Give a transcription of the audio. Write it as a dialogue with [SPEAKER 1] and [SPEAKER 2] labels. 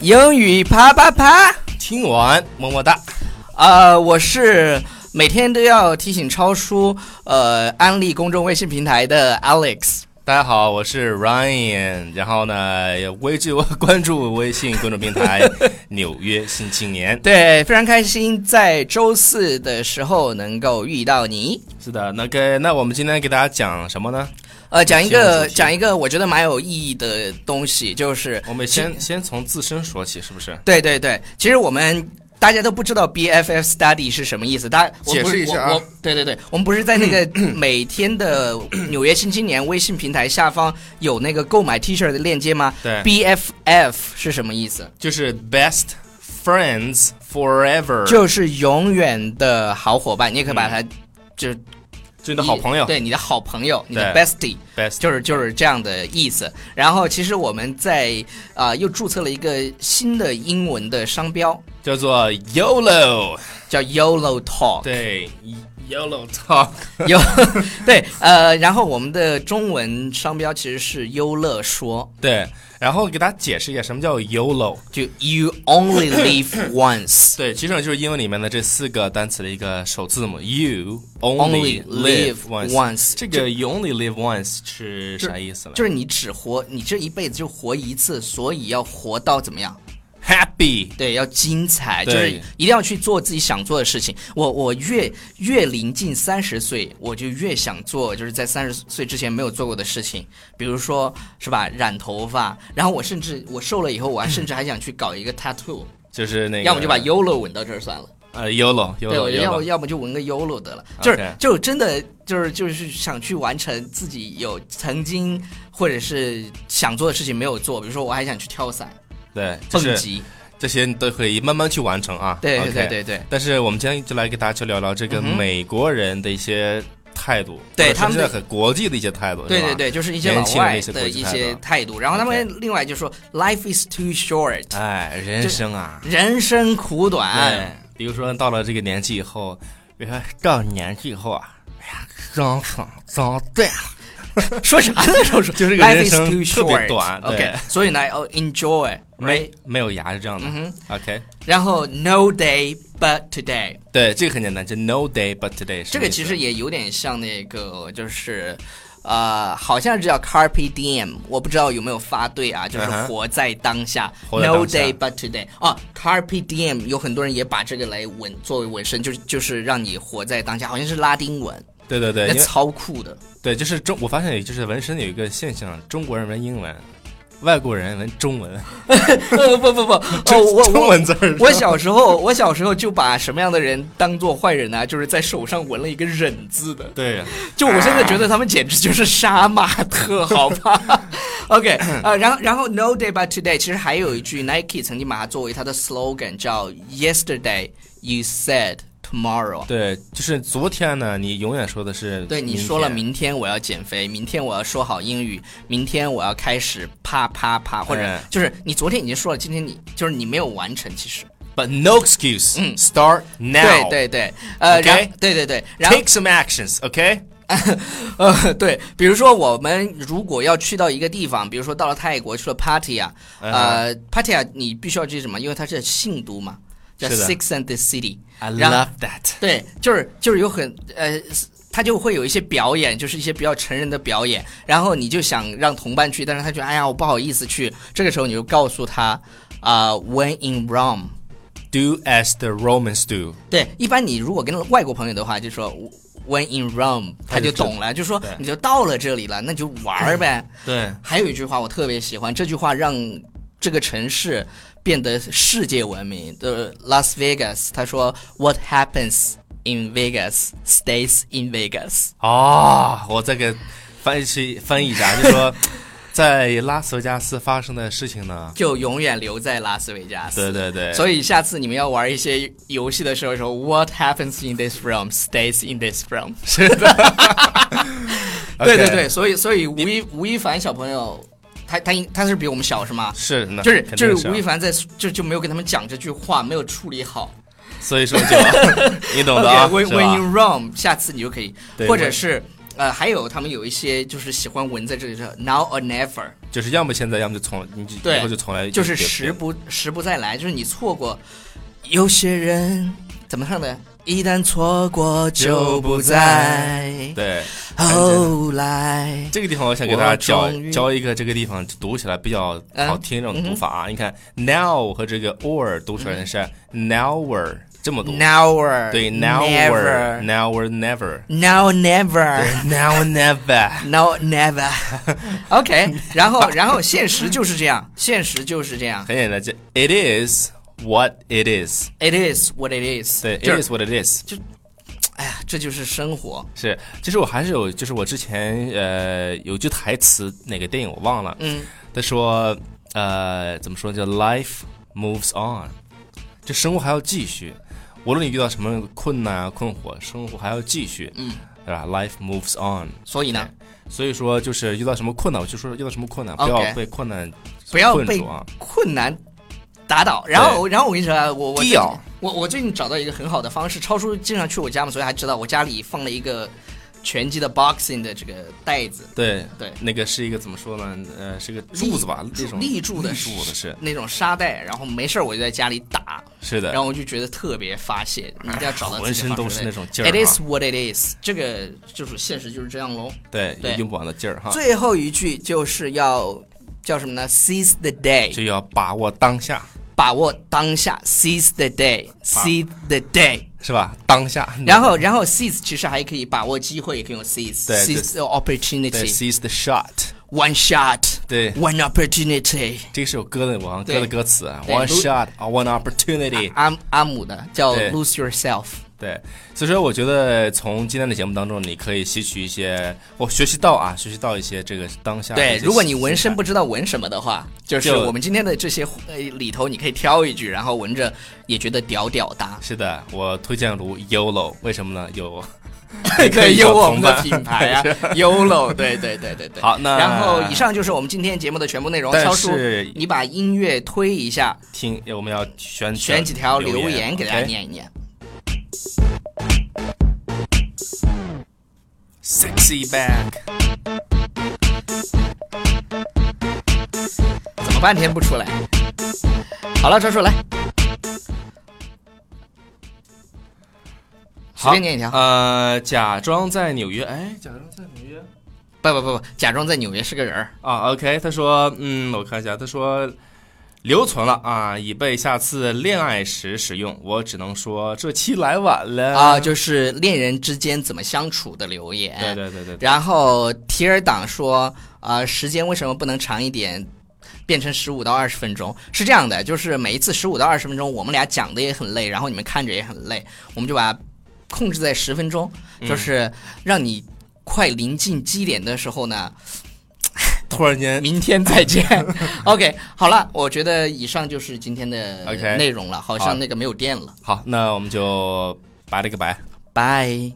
[SPEAKER 1] 英语啪啪啪。
[SPEAKER 2] 听完么么哒，
[SPEAKER 1] 呃，我是每天都要提醒超叔，呃，安利公众微信平台的 Alex。
[SPEAKER 2] 大家好，我是 Ryan，然后呢，也微注关注微信公众平 台《纽约新青年》。
[SPEAKER 1] 对，非常开心在周四的时候能够遇到你。
[SPEAKER 2] 是的，那个，那我们今天给大家讲什么呢？
[SPEAKER 1] 呃，讲一
[SPEAKER 2] 行
[SPEAKER 1] 个
[SPEAKER 2] 主题
[SPEAKER 1] 讲一个我觉得蛮有意义的东西，就是
[SPEAKER 2] 我们先先从自身说起，是不是？
[SPEAKER 1] 对对对，其实我们。大家都不知道 BFF study 是什么意思，大家我
[SPEAKER 2] 解
[SPEAKER 1] 不是
[SPEAKER 2] 释一下啊
[SPEAKER 1] 我我对对对，我们不是在 那个每天的纽约新青年微信平台下方啊有那个购买 T 恤的链接吗？
[SPEAKER 2] 对
[SPEAKER 1] ，BFF 是什么意思？
[SPEAKER 2] 就是 Best Friends Forever，嗯
[SPEAKER 1] 就是永远的好伙伴，你也可以把它就
[SPEAKER 2] 就你的好朋友
[SPEAKER 1] 对你的好朋友，你的
[SPEAKER 2] 对
[SPEAKER 1] bestie，
[SPEAKER 2] ，Best
[SPEAKER 1] 就是就是这样的意思。然后其实我们在啊、又注册了一个新的英文的商标，
[SPEAKER 2] 叫做 YOLO，
[SPEAKER 1] 叫 YOLO Talk。
[SPEAKER 2] 对，YOLO Talk，
[SPEAKER 1] 有对呃，然后我们的中文商标其实是优乐说，
[SPEAKER 2] 对，然后给大家解释一下什么叫 YOLO。
[SPEAKER 1] 就 You only live once。
[SPEAKER 2] 对，其实就是英文里面的这四个单词的一个首字母，you
[SPEAKER 1] Only
[SPEAKER 2] only live
[SPEAKER 1] live
[SPEAKER 2] once。
[SPEAKER 1] once
[SPEAKER 2] 这个 you only live once 是啥意思呢？
[SPEAKER 1] 就是你只活，你这一辈子就活一次，所以要活到怎么样？
[SPEAKER 2] happy。
[SPEAKER 1] 对，要精彩，就
[SPEAKER 2] 对
[SPEAKER 1] 是一定要去做自己想做的事情。我我越越临近三十岁，我就越想做，就是在三十岁之前没有做过的事情，比如说是吧，染头发。然后我甚至我瘦了以后，我还甚至还想去搞一个 tattoo，、
[SPEAKER 2] 就是 那个，
[SPEAKER 1] 要么就把 YOLO 纹到这儿算了。
[SPEAKER 2] 呃 YOLO
[SPEAKER 1] 对，
[SPEAKER 2] YOLO
[SPEAKER 1] 我觉得要
[SPEAKER 2] YOLO，
[SPEAKER 1] 要么就纹个 YOLO 得了，就是
[SPEAKER 2] OK
[SPEAKER 1] 就真的就是就是想去完成自己有曾经或者是想做的事情没有做，比如说我还想去跳伞、
[SPEAKER 2] 对，就
[SPEAKER 1] 蹦
[SPEAKER 2] 是
[SPEAKER 1] 极，
[SPEAKER 2] 这些你都可以慢慢去完成啊。
[SPEAKER 1] 对对
[SPEAKER 2] OK
[SPEAKER 1] 对对对。
[SPEAKER 2] 但是我们今天就来给大家去聊聊这个
[SPEAKER 1] 嗯哼
[SPEAKER 2] 美国人的一些态度，
[SPEAKER 1] 对
[SPEAKER 2] 或者
[SPEAKER 1] 他们
[SPEAKER 2] 甚至
[SPEAKER 1] 的
[SPEAKER 2] 很国际的一些态度，
[SPEAKER 1] 对
[SPEAKER 2] 是吧
[SPEAKER 1] 对，对，就是一些
[SPEAKER 2] 年
[SPEAKER 1] 老
[SPEAKER 2] 轻人
[SPEAKER 1] 外
[SPEAKER 2] 的一些
[SPEAKER 1] 的
[SPEAKER 2] 国际
[SPEAKER 1] 一
[SPEAKER 2] 态度
[SPEAKER 1] 些态度。然后他们另外就说，life is too short，
[SPEAKER 2] 哎，人生啊，
[SPEAKER 1] 人生苦
[SPEAKER 2] 对
[SPEAKER 1] 短。，
[SPEAKER 2] 比如说到了这个年纪以后，比如说到年纪以后啊，哎呀，张爽张对啊，
[SPEAKER 1] 说啥呢？说说
[SPEAKER 2] 就是这个
[SPEAKER 1] life
[SPEAKER 2] 人
[SPEAKER 1] is
[SPEAKER 2] 生
[SPEAKER 1] too
[SPEAKER 2] 特别
[SPEAKER 1] short
[SPEAKER 2] 短对
[SPEAKER 1] OK，所以呢，哦，enjoy，right？
[SPEAKER 2] 没没有牙是这样的。
[SPEAKER 1] 嗯
[SPEAKER 2] OK，
[SPEAKER 1] 然后 no day but today，
[SPEAKER 2] 对，这个很简单，就 No day but today 是
[SPEAKER 1] 这
[SPEAKER 2] 什么
[SPEAKER 1] 个
[SPEAKER 2] 意思。
[SPEAKER 1] 其实也有点像那个，就是。呃，好像是叫 carpe diem，我不知道有没有发对啊，就是
[SPEAKER 2] 嗯哼
[SPEAKER 1] 活在当下
[SPEAKER 2] 活在
[SPEAKER 1] n o
[SPEAKER 2] 当下
[SPEAKER 1] day but today。啊，carpe diem 有很多人也把这个来纹作为纹身，就是就是让你活在当下，好像是拉丁文，
[SPEAKER 2] 对对对，
[SPEAKER 1] 那
[SPEAKER 2] 因为
[SPEAKER 1] 超 酷的。
[SPEAKER 2] 对，就是中，我发现也就是纹身有一个现象，中国人纹英文，外国人纹中文，
[SPEAKER 1] 呃，不不不，哦，
[SPEAKER 2] 中
[SPEAKER 1] 我
[SPEAKER 2] 中
[SPEAKER 1] 我
[SPEAKER 2] 文字儿。
[SPEAKER 1] 我小时候，我小时候就把什么样的人当做坏人呢、啊就是在手上纹了一个忍字的，
[SPEAKER 2] 对，
[SPEAKER 1] 就我现在觉得他们简直就是杀马特，好吧？OK，呃，然后然后 No Day But Today，其实还有一句 Nike 曾经把它作为它的 slogan 叫 Yesterday You Said Tomorrow。
[SPEAKER 2] 对，就是昨天呢，你永远说的是
[SPEAKER 1] 对，你
[SPEAKER 2] 天
[SPEAKER 1] 说了，明天我要减肥，明天我要说好英语，明天我要开始啪啪啪，或者
[SPEAKER 2] 嗯
[SPEAKER 1] 就是你昨天已经说了，今天你就是你没有完成，其实。
[SPEAKER 2] ，But no excuse，
[SPEAKER 1] 嗯
[SPEAKER 2] s t a r t now，
[SPEAKER 1] 对对对，呃
[SPEAKER 2] OK？
[SPEAKER 1] 然对对对，然后
[SPEAKER 2] ，take some actions，OK，
[SPEAKER 1] 呃，对，比如说我们如果要去到一个地方，比如说到了泰国去了 Pattaya，呃，Pattaya 你必须要记什么？因为它是信都嘛，叫
[SPEAKER 2] 是的
[SPEAKER 1] Six and the City。
[SPEAKER 2] I
[SPEAKER 1] 然后
[SPEAKER 2] love that。
[SPEAKER 1] 对，就是就是有很呃，他就会有一些表演，就是一些比较成人的表演，然后你就想让同伴去，但是他觉得哎呀，我不好意思去，这个时候你就告诉他啊、w h e n in Rome。
[SPEAKER 2] Do as the Romans do。
[SPEAKER 1] 对，一般你如果跟外国朋友的话，就说 When in Rome，他
[SPEAKER 2] 他就
[SPEAKER 1] 就懂了，就说
[SPEAKER 2] 对
[SPEAKER 1] 你就到了这里了，那你就玩 儿呗。
[SPEAKER 2] 对，
[SPEAKER 1] 还有一句话我特别喜欢，这句话让这个城市变得世界闻名的 Las Vegas，他说 What happens in Vegas stays in Vegas。
[SPEAKER 2] 哦，我再给翻译翻译一下，就 说在拉斯维加斯发生的事情呢，
[SPEAKER 1] 就永远留在拉斯维加
[SPEAKER 2] 对
[SPEAKER 1] 斯。
[SPEAKER 2] 对对，
[SPEAKER 1] 所以下次你们要玩一些游戏的时候说，What happens in this room stays in this room。
[SPEAKER 2] 是的，
[SPEAKER 1] 对对
[SPEAKER 2] OK
[SPEAKER 1] 对，所以所以吴亦吴亦凡小朋友，他他应他是比我们小是吗？
[SPEAKER 2] 是，啊那
[SPEAKER 1] 就是
[SPEAKER 2] 肯定
[SPEAKER 1] 就是是吴亦凡在就就没有跟他们讲这句话，没有处理好。
[SPEAKER 2] 所以说就 你懂的
[SPEAKER 1] OK，
[SPEAKER 2] 啊
[SPEAKER 1] when
[SPEAKER 2] 是吧
[SPEAKER 1] when you roam，下次你就可以，
[SPEAKER 2] 对
[SPEAKER 1] 或者是呃，还有他们有一些就是喜欢纹在这里的 now or never，
[SPEAKER 2] 就是要么现在，要么就从你就
[SPEAKER 1] 对
[SPEAKER 2] 以后就从来
[SPEAKER 1] 就是
[SPEAKER 2] 别
[SPEAKER 1] 时不时不再来，就是你错过，有些人怎么唱的？一旦错过就不再，
[SPEAKER 2] 对。
[SPEAKER 1] 后来
[SPEAKER 2] 这个地方我想给大家教
[SPEAKER 1] 我终于
[SPEAKER 2] 教一个这个地方读起来比较好听
[SPEAKER 1] 嗯
[SPEAKER 2] 这种读法啊。你看 now 和这个 or 读出来是
[SPEAKER 1] 嗯
[SPEAKER 2] nower 这么读，
[SPEAKER 1] never
[SPEAKER 2] 对
[SPEAKER 1] never
[SPEAKER 2] nower nower never
[SPEAKER 1] now never。
[SPEAKER 2] now never。
[SPEAKER 1] No, never. OK，然后，然后现实就是这样，现实就是这样。
[SPEAKER 2] 很简单，这 it is what it is，
[SPEAKER 1] It is what it is.
[SPEAKER 2] 对
[SPEAKER 1] 就
[SPEAKER 2] ，it
[SPEAKER 1] 是
[SPEAKER 2] is what it is。
[SPEAKER 1] 哎呀，这就是生活。
[SPEAKER 2] 是，其实我还是有，就是我之前呃有句台词，哪个电影我忘了，
[SPEAKER 1] 嗯，
[SPEAKER 2] 他说呃怎么说呢叫 life moves on，这生活还要继续，无论你遇到什么困难啊困惑，生活还要继续，嗯，对吧？life moves on，
[SPEAKER 1] 所以呢，
[SPEAKER 2] 所以说就是遇到什么困难，我就说遇到什么困难，不
[SPEAKER 1] OK
[SPEAKER 2] 要被困难
[SPEAKER 1] 不要
[SPEAKER 2] 困
[SPEAKER 1] 被
[SPEAKER 2] 住啊，
[SPEAKER 1] 困难打倒。然后，然后我跟你说啊，我我最近
[SPEAKER 2] 掉
[SPEAKER 1] 我我最近找到一个很好的方式，超叔经常去我家嘛，所以还知道我家里放了一个拳击的 boxing 的这个袋子，
[SPEAKER 2] 对
[SPEAKER 1] 对
[SPEAKER 2] 那个是一个怎么说呢？呃，是个柱子吧，那种
[SPEAKER 1] 立柱的
[SPEAKER 2] 立柱的是
[SPEAKER 1] 那种沙袋，然后没事儿我就在家里打，
[SPEAKER 2] 是的，
[SPEAKER 1] 然后我就觉得特别发泄，你一定要找到自己的
[SPEAKER 2] 哎浑身
[SPEAKER 1] 方式
[SPEAKER 2] 都是那种劲儿啊
[SPEAKER 1] It
[SPEAKER 2] 哈
[SPEAKER 1] is what it is，这个就是现实就是这样喽。
[SPEAKER 2] 对，
[SPEAKER 1] 对
[SPEAKER 2] 有用不完的劲儿哈，
[SPEAKER 1] 最后一句就是要叫什么呢？Seize the day，
[SPEAKER 2] 就要把握当下，
[SPEAKER 1] 把握当下。Seize the
[SPEAKER 2] 啊
[SPEAKER 1] day，seize the day。
[SPEAKER 2] 是吧？当下，
[SPEAKER 1] 然后，然后 seize 其实还可以把握机会，也可以用 seize
[SPEAKER 2] 对
[SPEAKER 1] seize the
[SPEAKER 2] 对
[SPEAKER 1] opportunity。
[SPEAKER 2] ，seize the shot，
[SPEAKER 1] One shot，
[SPEAKER 2] 对
[SPEAKER 1] ，one opportunity。
[SPEAKER 2] 这个是有歌的，我好像
[SPEAKER 1] 对
[SPEAKER 2] 歌的歌词啊
[SPEAKER 1] 对
[SPEAKER 2] ，one
[SPEAKER 1] 如
[SPEAKER 2] shot or one opportunity，
[SPEAKER 1] 阿阿姆的叫
[SPEAKER 2] 对
[SPEAKER 1] lose yourself。
[SPEAKER 2] 对，所以说我觉得从今天的节目当中，你可以吸取一些，我学习到啊，学习到一些这个当下的一些
[SPEAKER 1] 对，
[SPEAKER 2] 啊心态。
[SPEAKER 1] 如果你纹身不知道纹什么的话，就是
[SPEAKER 2] 就
[SPEAKER 1] 我们今天的这些呃里头，你可以挑一句，然后纹着也觉得屌屌哒。
[SPEAKER 2] 是的，我推荐如 YOLO，为什么呢？ 有
[SPEAKER 1] 对，有
[SPEAKER 2] 有
[SPEAKER 1] 我们的
[SPEAKER 2] 同伴
[SPEAKER 1] 品牌 啊，YOLO，对对对对对。
[SPEAKER 2] 好那
[SPEAKER 1] 然后以上就是我们今天节目的全部内容。
[SPEAKER 2] 但
[SPEAKER 1] 超叔
[SPEAKER 2] 是，
[SPEAKER 1] 你把音乐推一下，
[SPEAKER 2] 听，呃我们要选
[SPEAKER 1] 选几条留
[SPEAKER 2] 言
[SPEAKER 1] 给大家
[SPEAKER 2] OK？
[SPEAKER 1] 念一念。
[SPEAKER 2] Sexy back，
[SPEAKER 1] 怎么半天不出来？好了，超叔来，随
[SPEAKER 2] 好，
[SPEAKER 1] 便念一条。
[SPEAKER 2] 呃，假装在纽约，哎，假装在纽约。
[SPEAKER 1] 不不不不，假装在纽约是个人儿。
[SPEAKER 2] 啊，OK，他说，嗯，我看一下，他说留存了啊，以备下次恋爱时使用。我只能说这期来晚了
[SPEAKER 1] 啊，就是恋人之间怎么相处的留言。
[SPEAKER 2] 对对对对对，
[SPEAKER 1] 然后提尔党说，呃，时间为什么不能长一点，变成十五到二十分钟？是这样的，就是每一次十五到二十分钟，我们俩讲的也很累，然后你们看着也很累，我们就把它控制在十分钟，
[SPEAKER 2] 嗯
[SPEAKER 1] 就是让你快临近基点的时候呢，
[SPEAKER 2] 突然间
[SPEAKER 1] 明天再 见。OK，好了，我觉得以上就是今天的
[SPEAKER 2] OK
[SPEAKER 1] 内容了，好
[SPEAKER 2] 好
[SPEAKER 1] 像那个没有电了，
[SPEAKER 2] 好，那我们就拜了个拜。
[SPEAKER 1] 拜。